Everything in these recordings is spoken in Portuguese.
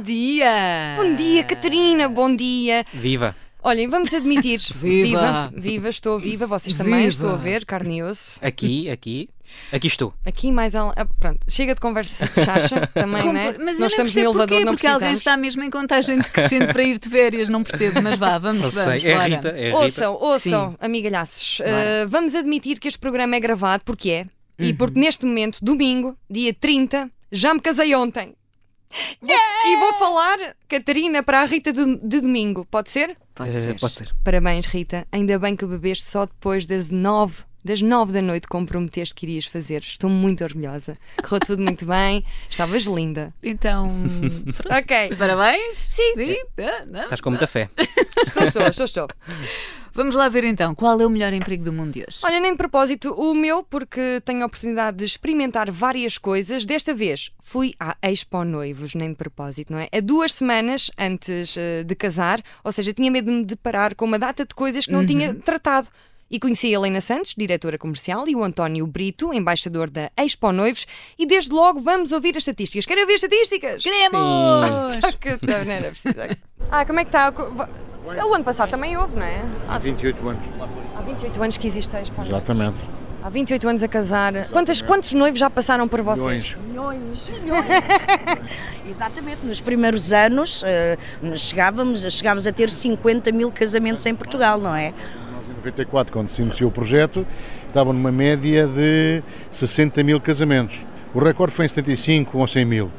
dia! Bom dia, Catarina, bom dia. Viva! Olhem, vamos admitir. Viva. viva! Viva, estou viva, vocês também, Viva. estou a ver, carne e osso. Aqui, aqui, aqui estou. Aqui mais. al- ah, Pronto, chega de conversa de chacha também, Comple- não Mas é? eu não Nós estamos no percebo elevador, porquê, não porque alguém precisamos. está mesmo em contagem decrescente para ir de férias, não percebo, mas vá, vamos, Não vamos, sei, é bora. Rita, é Rita. Ouçam, ouçam, amigalhaços. Bora. Uhum. uh, vamos admitir que este programa é gravado, porque é. E porque neste momento, domingo, dia 30, já me casei ontem. Vou- E vou falar, Catarina, para a Rita de, de domingo. Pode ser? Pode Eh, ser. pode ser. Parabéns, Rita. Ainda bem que bebeste só depois das nove. Das nove da noite comprometeste que irias fazer. Estou muito orgulhosa. Correu tudo muito bem. Estavas linda. Então, Ok. parabéns. Sim. Eh, Rita, não? Estás com muita fé. Estou, estou, estou, estou. Vamos lá ver então, qual é o melhor emprego do mundo de hoje? Olha, nem de propósito, o meu, porque tenho a oportunidade de experimentar várias coisas. Desta vez fui à Expo Noivos, nem de propósito, não é? Há duas semanas antes eh, de casar, ou seja, tinha medo de me deparar com uma data de coisas que não tinha tratado. E conheci a Helena Santos, diretora comercial, e o António Brito, embaixador da Expo Noivos. E desde logo vamos ouvir as estatísticas. Querem ouvir as estatísticas? Queremos! Que não, não era preciso. Ah, como é que está? O ano passado também houve, não é? Há 28 anos. Há 28 anos que existe a Expo Noivos. Exatamente. Há 28 anos a casar. Quantas, quantos noivos já passaram por vocês? Milhões. Milhões, milhões. Exatamente, nos primeiros anos eh, chegávamos, chegámos a ter 50 mil casamentos em Portugal, não é? Nós, em 94, quando se iniciou o projeto, estava numa média de 60 mil casamentos. O recorde foi em 75 ou 100 mil.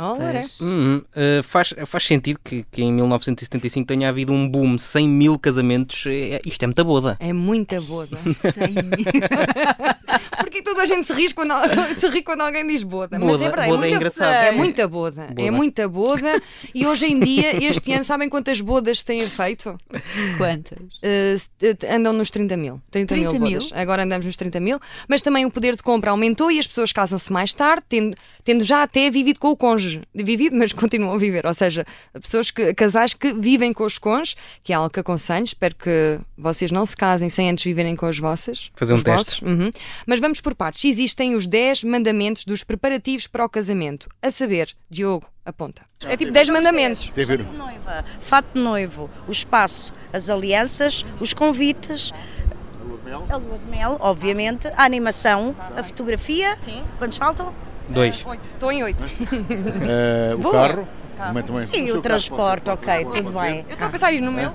Olha, Hum, eh, faz, faz sentido que, que em 1975 tenha havido um boom, 100 mil casamentos. Eh, isto é muita boda. é muita boda. Sim. Porque toda a gente se ri quando, se ri quando alguém diz boda. Mas Boda- é verdade, boda é é, muita, engraçado, é sim. muita boda. É Boda. muita boda. E hoje em dia, este ano, sabem quantas bodas têm feito? Quantas? Eh, se- eh, andam nos 30 mil. 30, mil 30 mil? bodas. Agora andamos nos 30 mil. Mas também o poder de compra aumentou e as pessoas casam-se mais tarde, tendo, tendo já até vivido com o cônjuge. Vivido, mas continuam a viver. Ou seja, pessoas que, casais que vivem com os cônjuges, que é algo que aconselho. Espero que vocês não se casem sem antes viverem com as vossas. Fazer um os vossos. teste. Uhum. Mas vamos por partes. Existem os 10 mandamentos dos preparativos para o casamento. A saber, Diogo, aponta. É tipo 10 mandamentos. Teve- Fato de noiva, fato de noivo, o espaço, as alianças, os convites. A lua de mel, obviamente, a animação, a fotografia. Sim. Quantos faltam? Dois. Estou em 8. Eh, o Boa. carro. também- também- Sim, seu o carro transporte, pode ser- ok, pode ser- tudo pode ser. bem. Eu estou a pensar ir no meu.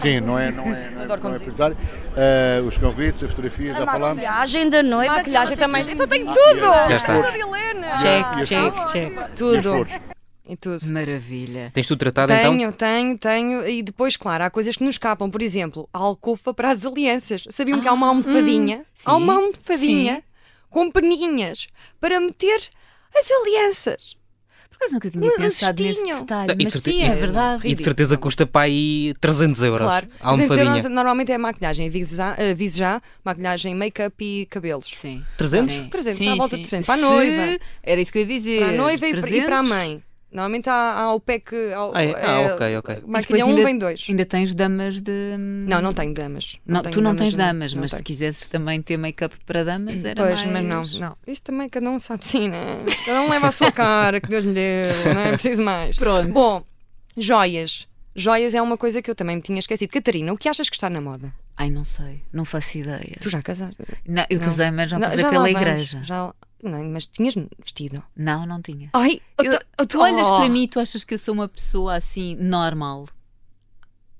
Sim, não é, não é, não é, Adoro não é conduzir. prioritário. Eh, os convites, a fotografia, já A falámos. maquilhagem da noiva. Maquilhagem também. Então tenho tudo! Já está. Tudo, Helena! Check, E as check, flores? check. E as Tudo. flores. E tudo. Maravilha. Tens tudo tratado então? Tenho, tenho, tenho. E depois, claro, há coisas que nos escapam. Por exemplo, a alcofa para as alianças. Sabiam que há uma almofadinha? sim, há uma almofadinha com peninhas para meter as alianças. Por acaso nunca tinha Um pensado nesse cestinho. detalhe, E mas de certe- sim, é verdade. E de certeza custa para aí 300 euros. um Claro. A 300 almofadinha. euros normalmente é maquilhagem. Aviso já, aviso já maquilhagem, make-up e cabelos. Sim. 300? Sim. 300, Sim, à volta sim. de 300. Para a Se- noiva. Era isso que eu ia dizer. Para a noiva e para- e para a 300. mãe. Normalmente há, há o pack. Há, Ah, é? Ah, é, ok, ok. Mas Maquilha depois um, ainda- vem dois. Ainda tens damas de. Não, não tenho damas. Não, tenho tu não tens damas, não mas se tenho. quisesses também ter make-up para damas, era Pois, mais... mas não, não. Isto também cada um sabe sim, né? Cada um leva a sua cara, que Deus lhe deu, não é preciso mais. Pronto. Bom, joias. Joias é uma coisa que eu também me tinha esquecido. Catarina, o que achas que está na moda? Ai, não sei, não faço ideia. Tu já casaste? Não, eu Não. casei, mas não, Não, casei já lá pela vamos, igreja. Já... Não, mas tinhas vestido. Não, não tinha. Ai, Eu- eu, eu, tu olhas oh. para mim e tu achas que eu sou uma pessoa assim, normal.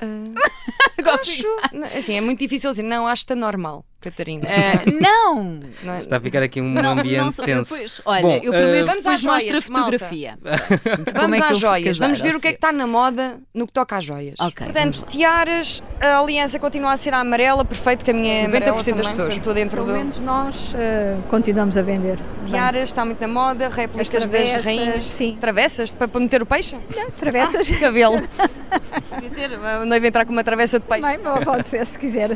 Ah, acho. não, Assim, é muito difícil dizer, não, acho que está normal, Catarina. Eh, não! Não é- Está a ficar aqui um Não, ambiente não sou- tenso. Depois, olha, Bom, eu eh, prometo Vamos que depois às mostro joias, a fotografia. Pronto, como Vamos é que eu às fui joias, casar, vamos ver ou o que é que seja. está na moda no que toca às joias. Ok, Portanto, tiaras, a aliança continua a ser a amarela, perfeito que a minha é 90% das também, pessoas. Estou dentro Pelo do. menos nós eh, continuamos a vender. Bem, Tiaras está muito na moda, réplicas As das travessas, rainhas. sim. Travessas para para meter o peixe? travessas. Ah, cabelo. Dizer, a noiva entrar com uma travessa de peixe. Bem, bom, pode ser, se quiser.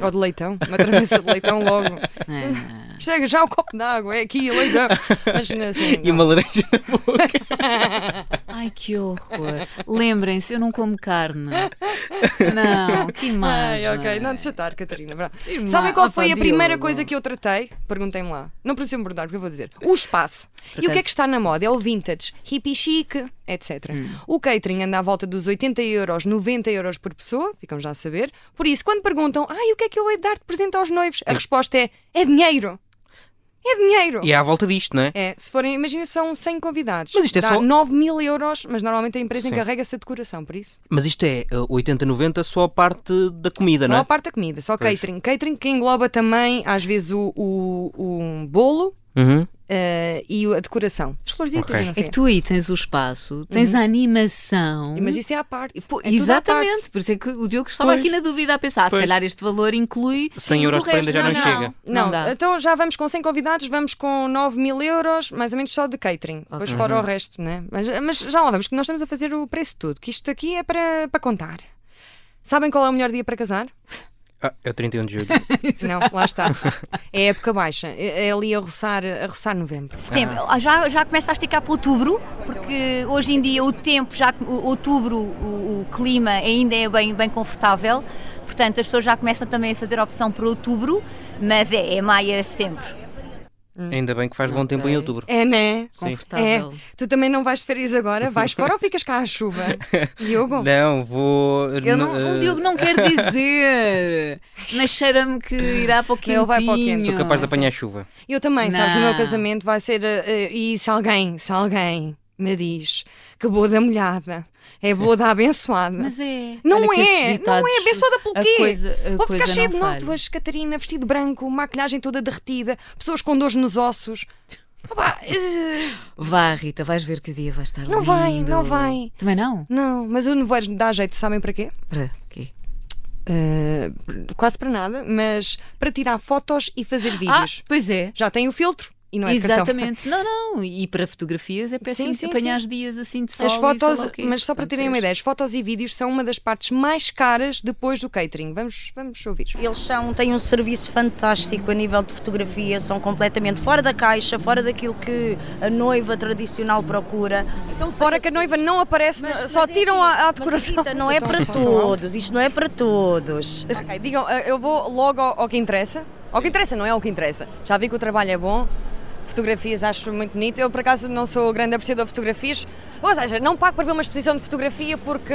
Ou de leitão, uma travessa de leitão logo. Ah, Chega já o copo d'água, é aqui, leitão. Mas assim. E uma laranja na boca. Ai, Ai, que horror. Lembrem-se, eu não como carne. Não, que imagem. Ai, ok, não te chatar, Catarina. vá. Irmã, Sabem qual opa, foi a primeira Diogo. coisa que eu tratei? Perguntem-me lá. Não precisam perguntar, porque eu vou dizer. O espaço. e o que é acaso- que está na moda? É o vintage, hippie chic, etc. Hum. O catering anda à volta dos 80 euros, 90 euros por pessoa, ficam já a saber. Por isso, quando perguntam, ai, o que é que eu hei de dar de presente aos noivos? Hum. A resposta é: é dinheiro. É dinheiro. E é à volta disto, não é? É, se forem, imagina, são 100 convidados. Mas isto é Dá só- 9 mil euros, mas normalmente a empresa Sim. encarrega-se da decoração, por isso. Mas isto é eh, 80, 90 só a parte da comida, Só não é? a parte da comida, só Pois. catering. Catering que engloba também, às vezes, o, o, o bolo Uhum. eh, e o- a decoração. As florzinhas, Ok. e não É sei. que tu aí tens o espaço, tens a animação. Uhum. Mas isso é à parte. Pô, É tudo à exatamente, parte. por isso é que o Diogo estava Pois. aqui na dúvida a pensar: ah, se Pois. calhar este valor inclui. 100 tudo euros o de resto. prenda já não chega. Não, Não, dá. então já vamos com 100 convidados, vamos com 9 mil euros, mais ou menos só de catering. Depois fora Uhum. o resto, né? Mas, mas já lá vamos, que nós estamos a fazer o preço de tudo, que isto aqui é para, para contar. Sabem qual é o melhor dia para casar? Ah, é o 31 de julho. Não, lá está. É época baixa. É é ali a roçar, a roçar novembro. Setembro. Já, já começa a esticar para outubro, porque hoje em dia o tempo, já o- outubro, o, o clima ainda é bem, bem confortável, portanto as pessoas já começam também a fazer a opção por outubro, mas é, é maio a setembro. Uhum. Ainda bem que faz bom tempo Ok. em outubro. É, né? Confortável. É. Tu também não vais de férias agora? Vais fora ou ficas cá à chuva? Diogo? Não, vou. É Eu não- eh, o Diogo não quer dizer, mas cheira-me que irá para o quentinho. Ele vai para o quente. Sou capaz de apanhar chuva. Eu também, sabes? O meu Não. casamento vai ser. eh, eh, e se alguém, se alguém me diz que boa da molhada é boa da abençoada. Mas é. Não Olha que esses é, não ditados- é, abençoada pelo a quê? coisa- a Vou coisa ficar cheio não de falha. nódoas, Catarina, vestido branco, maquilhagem toda derretida, pessoas com dores nos ossos. Opa, eh, Vá, Rita, vais ver que dia vai estar Não vai, lindo. não vai. Também não? não, mas o nevoeiro dá jeito, sabem para quê? Para quê? Eh, quase para nada, mas para tirar fotos e fazer Ah, vídeos. pois é. Já tem o filtro e não é de cartão. Exatamente. Não, não. E para fotografias é péssimo Sim, sim, apanhar os dias assim de sol. As e sei fotos, lá o quê. mas só para Portanto, é terem uma ideia, as fotos e vídeos são uma das partes mais caras depois do catering. Vamos, vamos ouvir. Eles são, têm um serviço fantástico a nível de fotografia, são completamente fora da caixa, fora daquilo que a noiva tradicional procura. Fora que a noiva não aparece, na- só tiram a, a decoração. é assim, Mas, Rita, não é Então, para então, então, todos, isto não é para todos. ok, digam, eh, eu vou logo ao, ao que interessa. Ao que interessa, não é ao que interessa. Já vi que o trabalho é bom, fotografias acho muito bonito. Eu, por acaso, não sou grande apreciador de fotografias. Ou seja, não pago para ver uma exposição de fotografia porque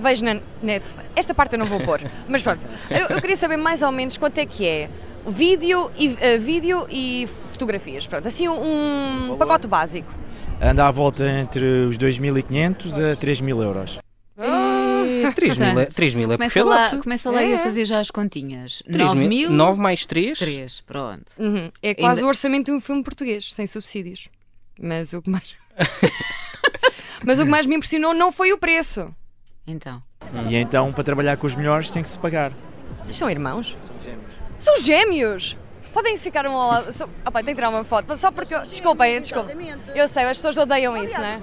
vejo na net. Esta parte eu não vou pôr. Mas pronto, eu, eu queria saber mais ou menos quanto é que é vídeo e, eh, vídeo e fotografias. Pronto, assim um pacote básico. Anda à volta entre os 2.500 a 3.000 euros. 3 mil, é, Ah, portanto, 3 mil é Começa lá, puxadote. começa lá É. a fazer já as continhas. 3 9 mil. 9 mais 3. 3, pronto. Uhum. É quase Ainda- o orçamento de um filme português, sem subsídios. Mas o que mais. Mas o que mais me impressionou não foi o preço. Então. E então, para trabalhar com os melhores, tem que se pagar. Vocês são irmãos? São gêmeos! Podem ficar um ao lado. Só... Ah, pá, tem que tirar uma foto. Só porque. eu- Desculpem, desculpem. Eu sei, as pessoas odeiam isso, não é?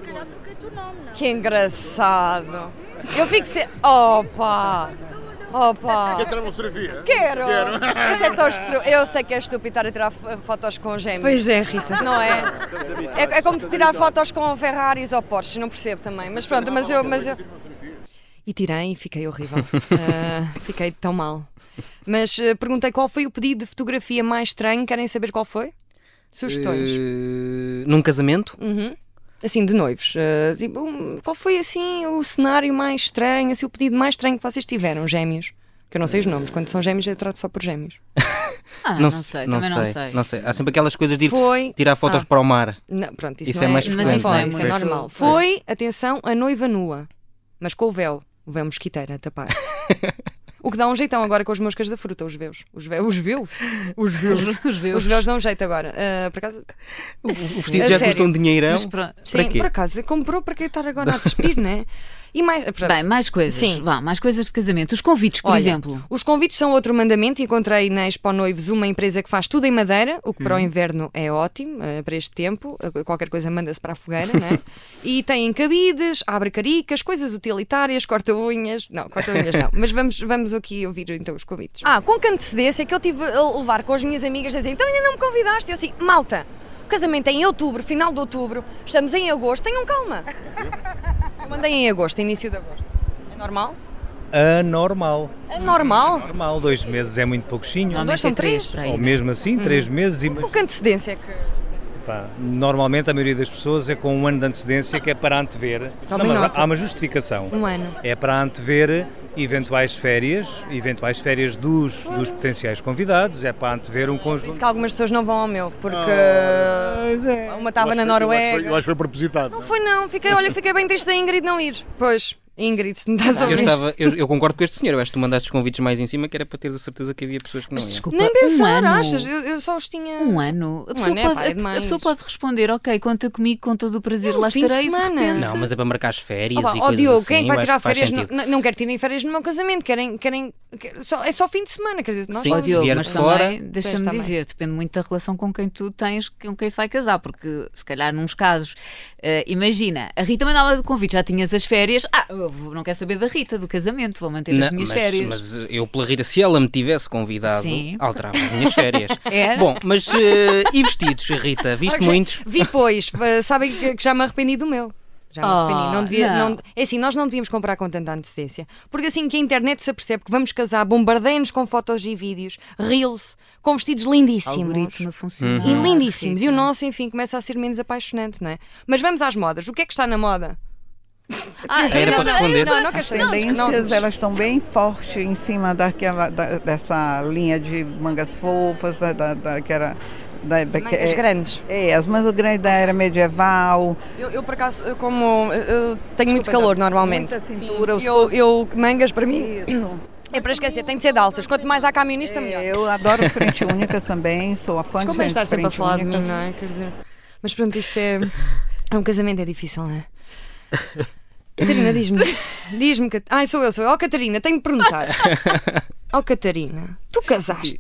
Que engraçado. Eu fico se. Opa! Opa! Quero! Isso é tão estru... Eu sei que é estúpido estar a tirar f- fotos com gêmeos. Pois é, Rita. Não é? É, é como se tirar fotos com Ferraris ou Porsche, não percebo também. Mas pronto, mas eu. Mas eu... E tirei e fiquei horrível. Ah, fiquei tão mal. Mas ah, perguntei qual foi o pedido de fotografia mais estranho. Querem saber qual foi? Sugestões. Eh, num casamento? Uhum. Assim, de noivos. Ah, tipo, um, qual foi assim o cenário mais estranho, assim, o pedido mais estranho que vocês tiveram, gêmeos? Que eu não sei os nomes. Quando são gêmeos, eu trato só por gêmeos. Ah, não, sei, também não sei. Há sempre aquelas coisas de ir Foi. tirar fotos Ah. para o mar. Não, pronto, isso, Isso não é é, mais isso frequente, foi, não é? isso é Foi. normal. Foi. Foi, atenção, a noiva nua, mas com o véu, o véu mosquiteira a tapar. o que dá um jeitão agora com os moscas da fruta, os véus. Os véus? Os véus? Os véus. Os veus. Os véus dão um jeito agora. Ah, por acaso, O, o A vestido já custa sério? um dinheirão. Mas pronto. Para sim, quê? por acaso, comprou para quem estar agora a despir, né? E mais, pronto. Bem, mais coisas. Sim. Vá, mais coisas de casamento. Os convites, por Olha, exemplo. Os convites são outro mandamento. Encontrei na Expo Noivos uma empresa que faz tudo em madeira, o que para o inverno é ótimo, eh, para este tempo. Eh, Qualquer coisa manda-se para a fogueira, não é? e têm cabides, abre caricas, coisas utilitárias, corta-unhas. Não, corta-unhas não. Mas vamos, vamos aqui ouvir então os convites. Ah, com que antecedência que eu tive a levar com as minhas amigas a dizer então ainda não me convidaste? Eu assim, malta, o casamento é em outubro, final de outubro, estamos em agosto, tenham calma. Quando é em agosto, início de agosto? É normal? Anormal. É normal? Normal, dois meses é muito pouquinho. Dois são é três? para aí. Ou mesmo assim, Uhum. três meses. E, Com que antecedência é que. pá, normalmente a maioria das pessoas é com um ano de antecedência que é para antever. Tomem mas nota. há uma justificação. Um ano. É para antever eventuais férias, eventuais férias dos, dos potenciais convidados, é para antever um Por conjunto. isso que algumas pessoas não vão ao meu, porque. Pois é. Uma estava na Noruega. Eu acho que foi propositado. é? Foi não, fiquei, olha, fiquei bem triste da Ingrid não ir. Pois, Ingrid, se me estás a Eu, ouvir. estava, eu, eu concordo com este senhor, eu acho que tu mandaste os convites mais em cima que era para teres a certeza que havia pessoas que não Mas iam. desculpa, Nem um pensar, ano, achas? Eu, eu só os tinha. Um ano. A pessoa, ano é pode, pá, é a- a, demais. pessoa pode responder, ok, conta comigo com todo o prazer, É um lá fim de estarei. e semana. repente- Não, mas é para marcar as férias Opa, e ó coisas Diogo, assim. quem é que vai eu acho tirar que faz férias? Não, sentido. não- não quero tirem férias no meu casamento, querem. querem quer- só, é só fim de semana, quer dizer, nós Sim. Ó, só- Se Diogo, vier mas de fora- também, deixa-me Pois, também. dizer, depende muito da relação com quem tu tens, com quem se vai casar, porque se calhar, nos casos, eh, imagina, a Rita mandava o convite, já tinhas as férias, ah, eu vou- não quero saber da Rita, do casamento, vou manter Não, as minhas mas, férias. mas eu, pela Rita, se ela me tivesse convidado, Sim. alterava as minhas férias. Era? Bom, mas eh, e vestidos, Rita? Viste Ok. muitos? Vi, pois, eh, sabem que, que já me arrependi do meu. Já me Oh, arrependi. Não devia, não. não- é assim, nós não devíamos comprar com tanta antecedência. Porque assim que a internet se apercebe que vamos casar, bombardeia-nos com fotos e vídeos, reels, com vestidos lindíssimos. Algoritmo a funcionar. Uhum. Ah, Uhum. E lindíssimos. E o nosso, enfim, começa a ser menos apaixonante, não é? Mas vamos às modas. O que é que está na moda? Ah, Era não, para não, responder. não, não quero As saber. não, tendências, não. elas estão bem fortes em cima daquela, da- dessa linha de mangas fofas, da, da, da- que era... Da, da- que- Mangas é- grandes. É, as mangas grandes da era medieval, Eu, eu, por acaso, eu como eu eu tenho muito calor normalmente. muita cintura, os- Eu, eu- mangas para mim isso. é para esquecer, tem de ser de alças. Quanto mais há camionista, melhor. É, Eu adoro frente única também, sou a fã Desculpa é de estar sempre a frente falar de mim, únicas. não é? Quer dizer. Mas pronto, isto é. É um casamento, é difícil, não é? Catarina, diz-me. Diz-me. Cat- Ai, sou eu, sou eu. Ó, Catarina, tenho de perguntar. Ó, Catarina, tu casaste.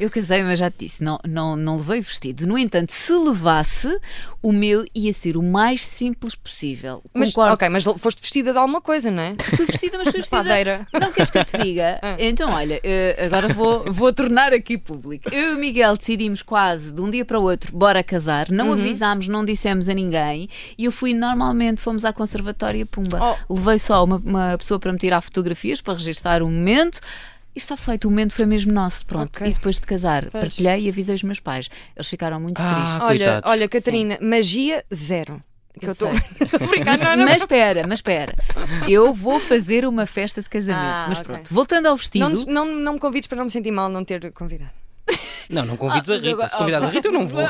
Eu casei, mas já te disse, não, não, não levei vestido. No entanto, se levasse, o meu ia ser o mais simples possível. Mas, Concordo. ok, mas foste vestida de alguma coisa, não é? Fui vestida, mas fui vestida. Padeira. Ah. Não queres que eu te diga? Então, olha, eh, agora vou, vou tornar aqui público. Eu e o Miguel decidimos quase de um dia para o outro, bora casar. Não Uhum. avisámos, não dissemos a ninguém. E eu fui, normalmente, fomos à Conservatória Pumba. Oh. Levei só uma, uma pessoa para me tirar fotografias, para registrar o momento. E está feito, o momento foi mesmo nosso, pronto. Ok. E depois de casar, partilhei e avisei os meus pais. Eles ficaram muito tristes. Olha, Coitados. olha, Catarina, magia zero. Que eu estou sei. a brincar, não, não, Mas espera, mas espera. Eu vou fazer uma festa de casamento. Ah, mas ok. pronto, voltando ao vestido. Não, não, não me convides para não me sentir mal não ter convidado. Não, não convides Ah, a mas Rita. agora- Se convidares a Rita, eu não vou.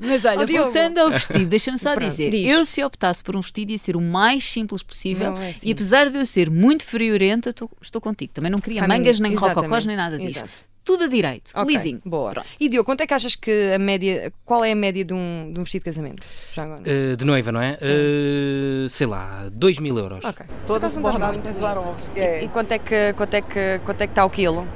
Mas olha, Oh, Diogo. voltando ao vestido, deixa-me só Pronto, dizer: diz. eu, se optasse por um vestido, ia ser o mais simples possível. Não é E simples. apesar de eu ser muito friorenta, tô- estou contigo. Também não queria Também, mangas, nem exatamente. rococós, nem nada disso. Exato. Tudo a direito, Ok, lisinho. Boa. Pronto. E Diogo, quanto é que achas que a média. Qual é a média de um, de um vestido de casamento? Já agora. Eh, de noiva, não é? Eh, sei lá, 2 mil euros. Ok. Todas Por acaso não estás bordadas muito Swarovski. E, e quanto é que quanto é que quanto é que está o quilo?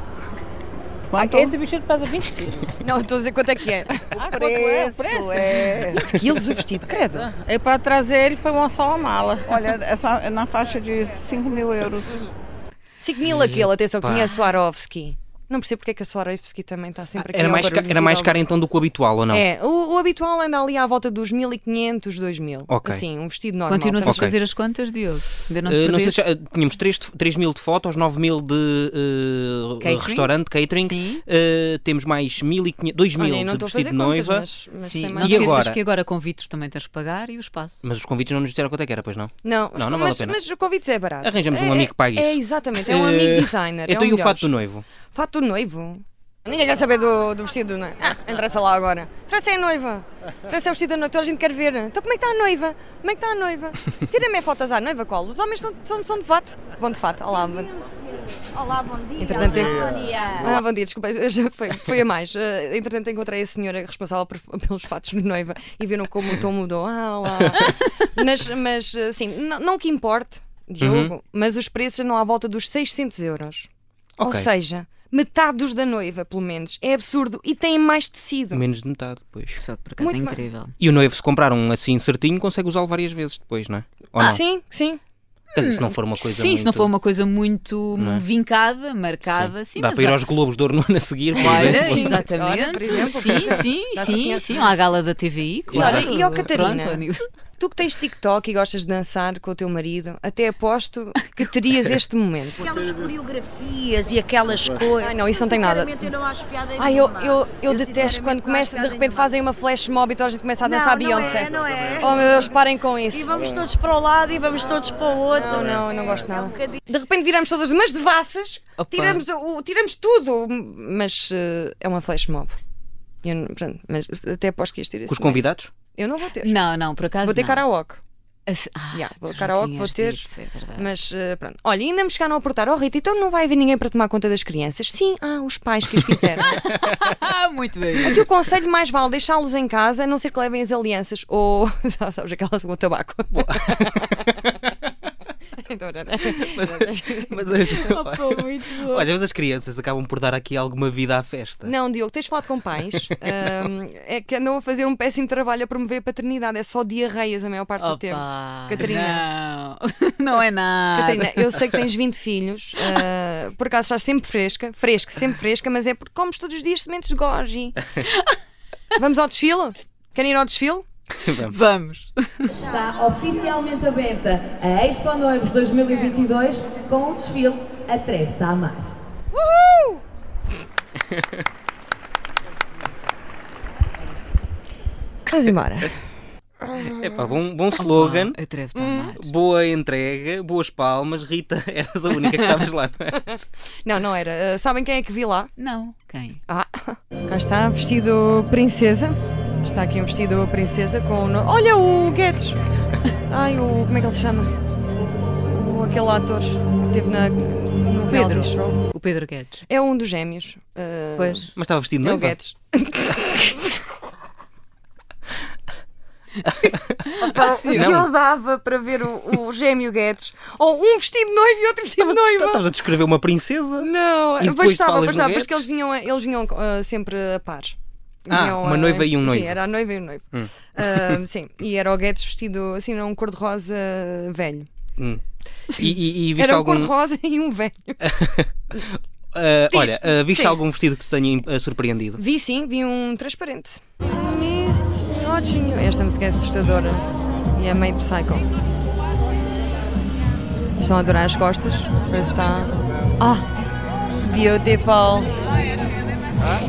Quanto? Esse vestido pesa 20 quilos. Não, estou a dizer quanto é que é. Ah, quanto é o Preço, é. quilos o vestido, credo. E para É, trazer ele foi uma só uma mala. Olha, essa é na faixa de 5 mil euros. 5 mil aquilo, atenção, que Epá. tinha a Swarovski. Não percebo porque é que a Swarovski também está sempre aqui. Era ao mais, ca- barulho era de mais algo. caro então do que o habitual, ou não? É, o, o habitual anda ali à volta dos 1500, 2000. Ok. Assim, um vestido normal. Continuas Ok. a fazer as contas, Diogo? Ainda não te Eh, não sei perdeste? se já- eh, tínhamos 3, mil de fotos, 9 mil de eh, Catering. restaurante, catering. Sim. Eh, temos mais 1.500, 2 mil Olha, eu não de estou a vestido fazer de contas, noiva. mas, mas Sim, sei não mais. te E esqueças agora? que agora com convites também tens de pagar e o espaço. Mas os convites não nos disseram quanto é que era, pois não? Não, Não, não vale mas, a pena. mas o convite é barato. Arranjamos um É- amigo que pague É, isso. exatamente, é um amigo Eh, designer. é então um e o melhor. fato do noivo? Fato do noivo? Ninguém quer saber do, do vestido, não é? Ah, interessa lá agora. Interessa é a noiva. Interessa é o vestido da noiva. Toda a gente quer ver. Então como é que está a noiva? Como é que está a noiva? Tira-me fotos à noiva, qual? Os homens estão, são, são de fato. Vão de fato. Olá, bom, Olá, bom dia. Entretanto, Olá, bom dia. ah, bom dia, desculpa. eu já- Foi, foi a mais. Eh, entretanto, encontrei a senhora responsável por- pelos fatos de noiva e viram como o tom mudou. Ah, olá. mas, mas, assim, n- não que importe, Diogo, mas os preços andam à volta dos 600 euros. Ou Ok. seja, metade dos da noiva, pelo menos. É absurdo. E tem mais tecido. Menos de metade depois. Só que por acaso Muito é bem. incrível. E o noivo, se comprar um assim certinho, consegue usá-lo várias vezes depois, não é? Ou não? Ah, Sim, sim. Quer dizer, se não for uma coisa Sim, se não muito- for uma coisa muito Não é? vincada, marcada, sim, Dá mas para ir há- aos Globos de Ouro no ano a seguir, por Olha, exemplo. sim. exatamente. Olha, por exemplo, sim, sim, Nossa sim, Senhora. sim. Há a gala da TVI, claro. olha, e ao Catarina? Pronto, ao nível- Tu que tens TikTok e gostas de dançar com o teu marido, até aposto que terias este momento. Aquelas coreografias e aquelas coisas. Ai, não, isso não tem nada. Sinceramente, eu não acho piada Ai, eu, nenhuma. eu, eu sinceramente detesto quando não começa, acho de repente fazem uma flash mob e toda a gente começa a Não, dançar não Beyoncé. é, não é. Oh meu Deus, parem com isso. E vamos todos para o lado e vamos todos para o outro. Não, não, eu não gosto É um nada. bocadinho. De repente viramos todas umas devassas, Opa. tiramos, o, tiramos tudo, mas eh, é uma flash mob. Eu não- pronto, mas até aposto que ias ter Com esse os convidados? momento. Eu não vou ter. Não, não, por acaso. vou ter não. karaoke. Ass- Ah, Yeah, vou tu já karaoke, vou tinhas ter. dito, é verdade. Mas eh, pronto. Olha, ainda me chegaram a aportar, oh Rita, então não vai haver ninguém para tomar conta das crianças? Sim, ah, os pais que as fizeram. Ah, muito bem. Aqui o conselho mais vale deixá-los em casa, a não ser que levem as alianças ou, sabes, aquelas com o tabaco. Então, Mas, mas as- Opa, muito bom. olha, mas as crianças acabam por dar aqui alguma vida à festa. Não, Diogo, tens falado com pais. Ahm, é que andam a fazer um péssimo trabalho a promover a paternidade. É só diarreias a maior parte do tempo. Opa, Catarina. Não, não é nada. Catarina, eu sei que tens 20 filhos, ah, por acaso estás sempre fresca, fresca, sempre fresca, mas é porque comes todos os dias sementes de goji. Vamos ao desfile? Querem ir ao desfile? Vamos. Está oficialmente aberta a Expo Noivos 2022 com um desfile Atreve-te a Amar. Vamos embora. Epá, bom, bom slogan, Opa, Ah, Atrevo-te Hum. a amar. boa entrega, boas palmas. Rita, eras a única que estavas lá, não eras? Não, não era. Ah, sabem quem é que vi lá? Não, quem? Ah, cá está, vestido princesa. Está aqui um vestido princesa com. o no- Olha o Guedes! Ai, o. Como é que ele se chama? O, aquele ator que teve na, no reality Pedro. show. O Pedro Guedes. É um dos gêmeos. ah, Pois. Mas estava vestido de É o noiva? Guedes. Opa, o que Não. eu dava para ver o, o gêmeo Guedes? Ou um vestido de noivo e outro vestido de noiva? Estavas a descrever uma princesa? Não, E depois bastava, falas no bastava, Guedes? porque eles vinham, a- eles vinham ah, sempre a par. Ah, uma ah, noiva e um noivo. Sim, era a noiva e o noivo. Hum. Ah, sim, e era o Guedes vestido assim, era um cor-de-rosa velho. Hum. E, e- e viste era um algum. cor-de-rosa e um velho. Ah, Diz. olha, ah, viste Sim. algum vestido que te tenha ah, surpreendido? Vi sim, vi um transparente. Ótimo. Esta música é assustadora e é meio psycho. Estão a adorar as costas, por isso está. Ah! Beautiful!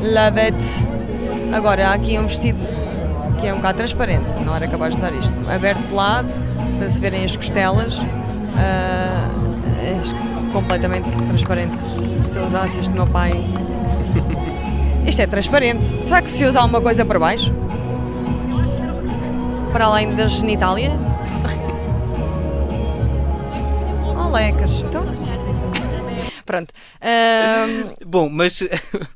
Love it! Agora, há aqui um vestido que é um bocado transparente, não era capaz de usar isto. Aberto de lado, para se verem as costelas. Ah, é completamente transparente. Se eu usasse isto, meu pai isto é transparente. Será que se usa alguma coisa por baixo? Para além da genitália? Olecas. Então... Pronto. Ahm, Bom, mas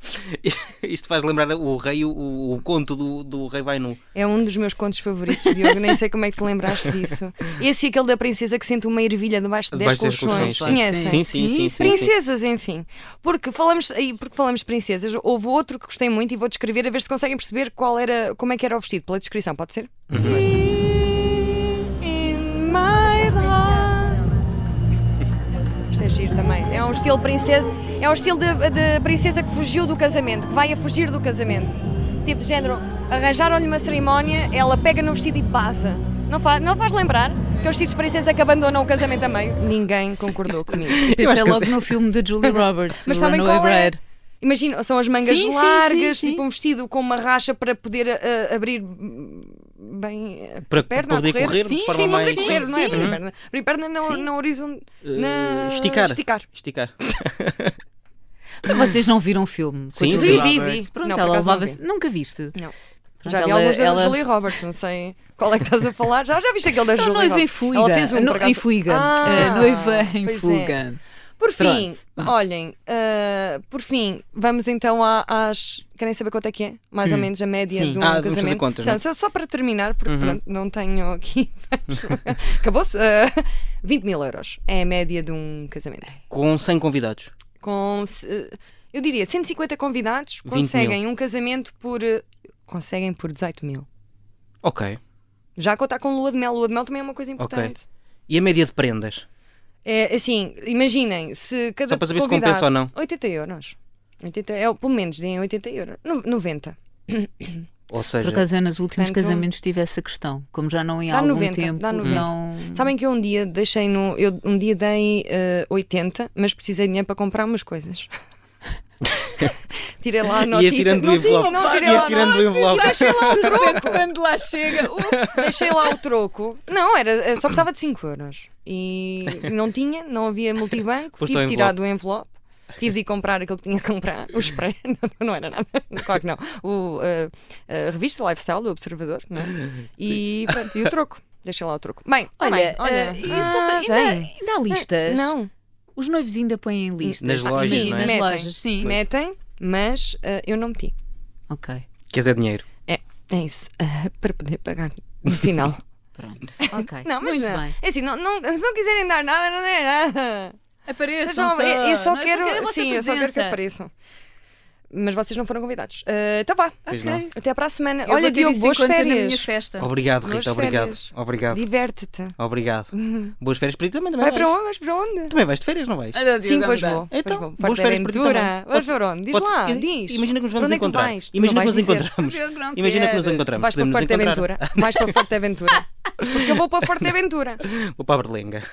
isto faz lembrar o rei, o, o conto do, do rei vai nu. é um dos meus contos favoritos, Diogo. Nem sei como é que te lembraste disso. Esse e aquele da princesa que sente uma ervilha debaixo de 10 Debaixo das colchões. colchões, sim. Conhecem? Sim, sim, sim, sim, sim. princesas, enfim. Porque falamos, e porque falamos de princesas, houve outro que gostei muito e vou descrever a ver se conseguem perceber qual era, como é que era o vestido, pela descrição, pode ser? In my heart. Isto é giro também. É um estilo princesa, é um estilo de, de princesa que fugiu do casamento, que vai a fugir do casamento. Tipo de género, arranjaram-lhe uma cerimónia, ela pega no vestido e passa. Não faz, não faz lembrar que é os vestidos de princesa que abandonam o casamento a meio? Ninguém concordou comigo. Pensei acho que logo no filme de Julie Roberts, Mas o sabem Runaway qual é? Bride. Imagina, são as mangas Sim, sim, sim, largas, sim. tipo um vestido com uma racha para poder ah, abrir hum, bem a Para- perna para poder a correr. correr de sim, forma sim, não mais- tem que correr, não é Sim, abrir a perna. Abrir a perna na, na horizonte. Ah, Na... esticar. Esticar. Esticar. Vocês não viram o filme? com a Sim, Julia sim. Vi, Roberts? vi, vi. Pronto, Não, por ela acaso não levava-se. vi. Nunca viste? Não. Pronto, já vi ela- alguns da ela- Julie Roberts, não sei qual é que estás a falar. Já, já viste aquele da Não, Julie noiva em Roberts? fuga. Ela fez um No- por acaso. em fuga. Ah, Eh, noiva em pois é. fuga. Por fim, Pronto. olhem, ah, por fim, vamos então à- às. Querem saber quanto é que é? Mais ou menos a média Hum, Sim. de um Ah, vamos fazer casamento. contas, Só- não é? só, só para terminar, porque Uhum. pronto, não tenho aqui. Acabou-se. ah, 20 mil euros é a média de um casamento. Com 100 convidados. Com, se- eu diria, 150 convidados 20 mil. conseguem um casamento por. ah, Conseguem por 18 mil. Ok. Já contar com lua de mel, lua de mel também é uma coisa importante. E a média de prendas? É assim, imaginem, se cada Só para saber se convidado- compensa ou não. 80 euros. 80, é, pelo menos deem 80 euros. No- 90. Ou seja, Por acaso eu nos últimos portanto- casamentos tive essa questão. Como já não ia há Dá algum 90, tempo, dá 90. não. Hum. Sabem que eu um dia deixei no. Eu um dia dei eh, 80, mas precisei de dinheiro para comprar umas coisas. tirei lá a Ia notita. tirando do não tinha, envelope. não, tirei Ias lá a tirando do nota. envelope. Deixei lá o troco. Quando lá chega, deixei lá o troco. Não, era, eh, só precisava de 5 euros. E não tinha, não havia multibanco. Foste tive ao de tirar do envelope. Tive de ir comprar aquilo que tinha que comprar, o spray, não, não era nada, claro que não. O, eh, a revista Lifestyle do Observador, não é? E pronto, e o troco. Deixa lá o troco. Bem, Olha, olha, eh, olha. e só- ainda- tem. ainda há listas? Não. Os noivos ainda põem listas. Nas lojas, sim, não é? metem, Nas lojas, sim. Metem, mas eh, eu não meti. Ok. queres é dinheiro. É, é isso. Eh, para poder pagar no final. Ok. Não, mas Muito não. bem. É assim, não, não, se não quiserem dar nada, não é nada. Apareçam. Eu só, eu- eu só é nós quero, queremos a sim, eu só quero que presença. apareçam. Mas vocês não foram convidados. Eh, então vá. Pois não. Ok. Até para a semana. Eu Olha, vou ter Diogo, isso boas em conta na férias. minha festa. Obrigado, Boas Rita, obrigado. férias. Obrigado. Diverte-te. Obrigado. Uhum. Boas férias para ti também, também Vai para vais. onde? Vais para onde? Também vais de férias, não vais? Olha, Diogo, Sim, pois anda. vou. Então, pois vou. boas Forte férias para ti aventura. também. Vais para onde? Diz Pode- lá, i- diz. Imagina que nos Para onde é vamos que tu encontrar. vais? Tu Imagina não que nos vais dizer. encontramos. Diogo, não Imagina que nos quero. encontramos. Vais para Podemos nos encontrar. Forteventura. Vais para Forteventura. Porque eu vou para Forteventura. Vou para a Berlenga.